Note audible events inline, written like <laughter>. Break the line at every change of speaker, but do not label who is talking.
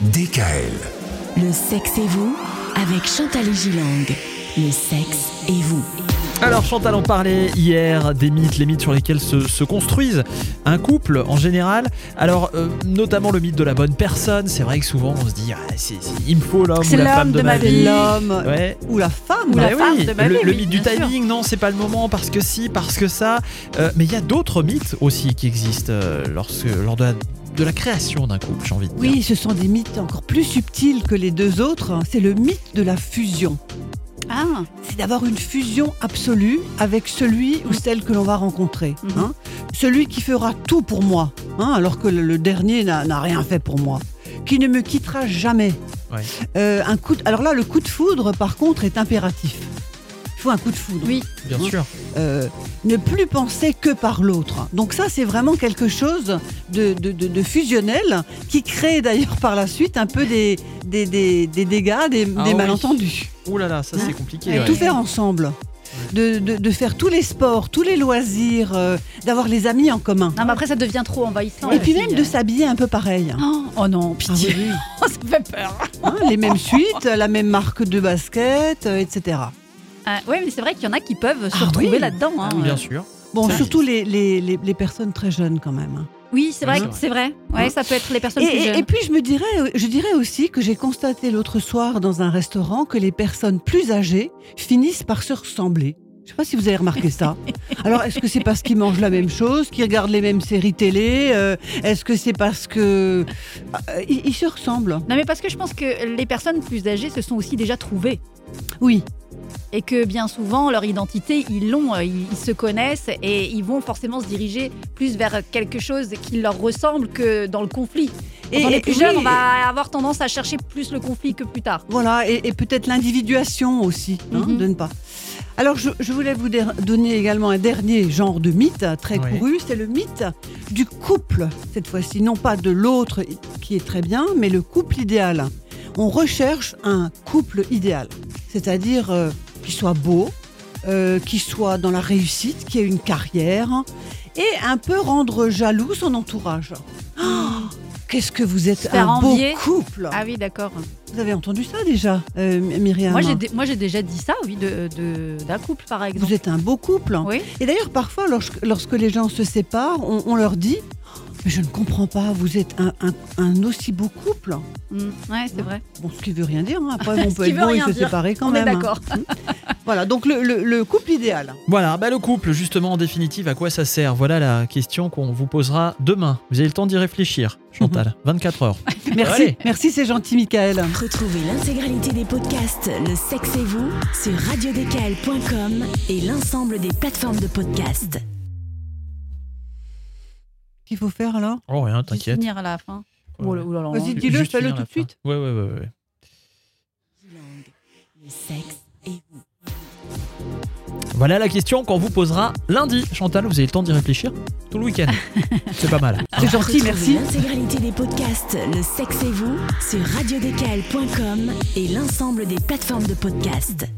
DKL.
Le sexe et vous avec Chantal et Gilang. Le sexe et vous.
Alors Chantal en parlait hier des mythes, les mythes sur lesquels se, se construisent un couple en général. Alors euh, notamment le mythe de la bonne personne, c'est vrai que souvent on se dit ah, c'est, c'est- il me faut l'homme ou
C'est
la femme
l'homme
de,
de ma vie. L'homme
Ouais.
ou la femme ou
Bah
la
oui,
femme de ma
le,
vie.
le
oui,
mythe du
bien sûr.
timing, non, c'est pas le moment, parce que si, parce que ça. Euh, mais il y a d'autres mythes aussi qui existent euh, lorsque, lors de la, de la création d'un couple, j'ai envie de dire.
Oui, ce sont des mythes encore plus subtils que les deux autres. C'est le mythe de la fusion.
Ah,
C'est d'avoir une fusion absolue avec celui ou celle que l'on va rencontrer.
Mhm.
hein. Celui qui fera tout pour moi, hein, alors que le le dernier n'a n'a rien fait pour moi. Qui ne me quittera jamais.
Ouais.
Euh, un coup de- Alors là, le coup de foudre, par contre, est impératif. Il faut un coup de foudre.
Oui.
Bien sûr.
Euh, ne plus penser que par l'autre. Donc ça, c'est vraiment quelque chose de, de- de- de fusionnel qui crée d'ailleurs par la suite un peu des, des, des- des dégâts, des,
Ah
des
oui.
malentendus.
Ouh là là, ça
Hein.
c'est compliqué.
Ouais.
ouais.
Tout faire ensemble. De, de- de faire tous les sports, tous les loisirs, euh, d'avoir les amis en commun.
non, mais après ça devient trop envahissant.
Et puis
aussi,
même
euh.
de s'habiller un peu pareil.
Oh, oh non,
Ah oui,
pitié,
oui.
ça fait peur.
Hein, les mêmes suites, la même marque de basket, euh, etc.
Ah, ouais, mais c'est vrai qu'il y en a qui peuvent se
Ah
retrouver
oui.
là-dedans. hein.
Bien sûr.
Bon,
Ça,
surtout les, les- les- les personnes très jeunes quand même. hein.
Oui, c'est vrai,
Ouais.
c'est vrai. Ouais, ça peut être les personnes
Et,
plus
et-
jeunes.
et puis je me dirais, je dirais aussi que j'ai constaté l'autre soir dans un restaurant que les personnes plus âgées finissent par se ressembler. Je sais pas si vous avez remarqué <laughs> ça. Alors est-ce que c'est parce qu'ils mangent la même chose, qu'ils regardent les mêmes séries télé euh, Est-ce que c'est parce que Euh, ils, ils se ressemblent
Non, mais parce que je pense que les personnes plus âgées se sont aussi déjà trouvées.
Oui.
Et que bien souvent, leur identité, ils l'ont, euh, ils, ils se connaissent et ils vont forcément se diriger plus vers quelque chose qui leur ressemble que dans le conflit. Et, les plus
oui,
jeunes, on va avoir tendance à chercher plus le conflit que plus tard.
Voilà, et, et peut-être l'individuation aussi, hein,
Mhm.
de ne pas. Alors, je, je voulais vous der- donner également un dernier genre de mythe très
Oui.
couru, c'est le mythe du couple, cette fois-ci, non pas de l'autre qui est très bien, mais le couple idéal. On recherche un couple idéal, c'est-à-dire euh, qui soit beau, euh, qui soit dans la réussite, qui ait une carrière, hein, et un peu rendre jaloux son entourage. Oh, Qu'est-ce que vous êtes
faire
un beau
envier.
couple
Ah oui, d'accord.
vous avez entendu ça déjà, euh, Myriam
Moi, j'ai dé- moi, j'ai déjà dit ça, oui, de- de- d'un couple, par exemple.
Vous êtes un beau couple.
Oui.
Et d'ailleurs, parfois, lorsque, lorsque les gens se séparent, on, on leur dit Mais je ne comprends pas, vous êtes un, un- un aussi beau couple.
Mm, ouais, c'est vrai.
Bon, ce qui veut rien dire. hein.
<laughs>
Après, on
Ce
peut
qui
être
veut
beau et
rien
se
dire.
séparer quand
on
même.
est
hein.
d'accord.
Voilà, donc le, le- le couple idéal.
Voilà, bah le couple, justement, en définitive, à quoi ça sert Voilà la question qu'on vous posera demain. Vous avez le temps d'y <laughs> réfléchir, Chantal. 24 heures.
Merci,
Allez.
merci, c'est gentil, Michael.
Retrouvez l'intégralité des podcasts Le sexe et vous sur radiodécal.com et l'ensemble des plateformes de podcasts.
Qu'il faut faire alors
Oh, rien,
Juste
t'inquiète.
finir à la fin.
Ouais.
Oh là- oh là là,
Vas-y,
hein.
dis-le,
Juste
fais-le
finir
tout
la
de
fin.
suite.
Ouais, ouais, ouais. ouais.
Le sexe et vous.
Voilà la question qu'on vous posera lundi. Chantal, vous avez le temps d'y réfléchir tout le week-end. <laughs> c'est pas mal.
Ah,
C'est gentil,
Retrouvez
merci.
l'intégralité des podcasts Le sexe et vous sur radiodécal.com et l'ensemble des plateformes de podcasts.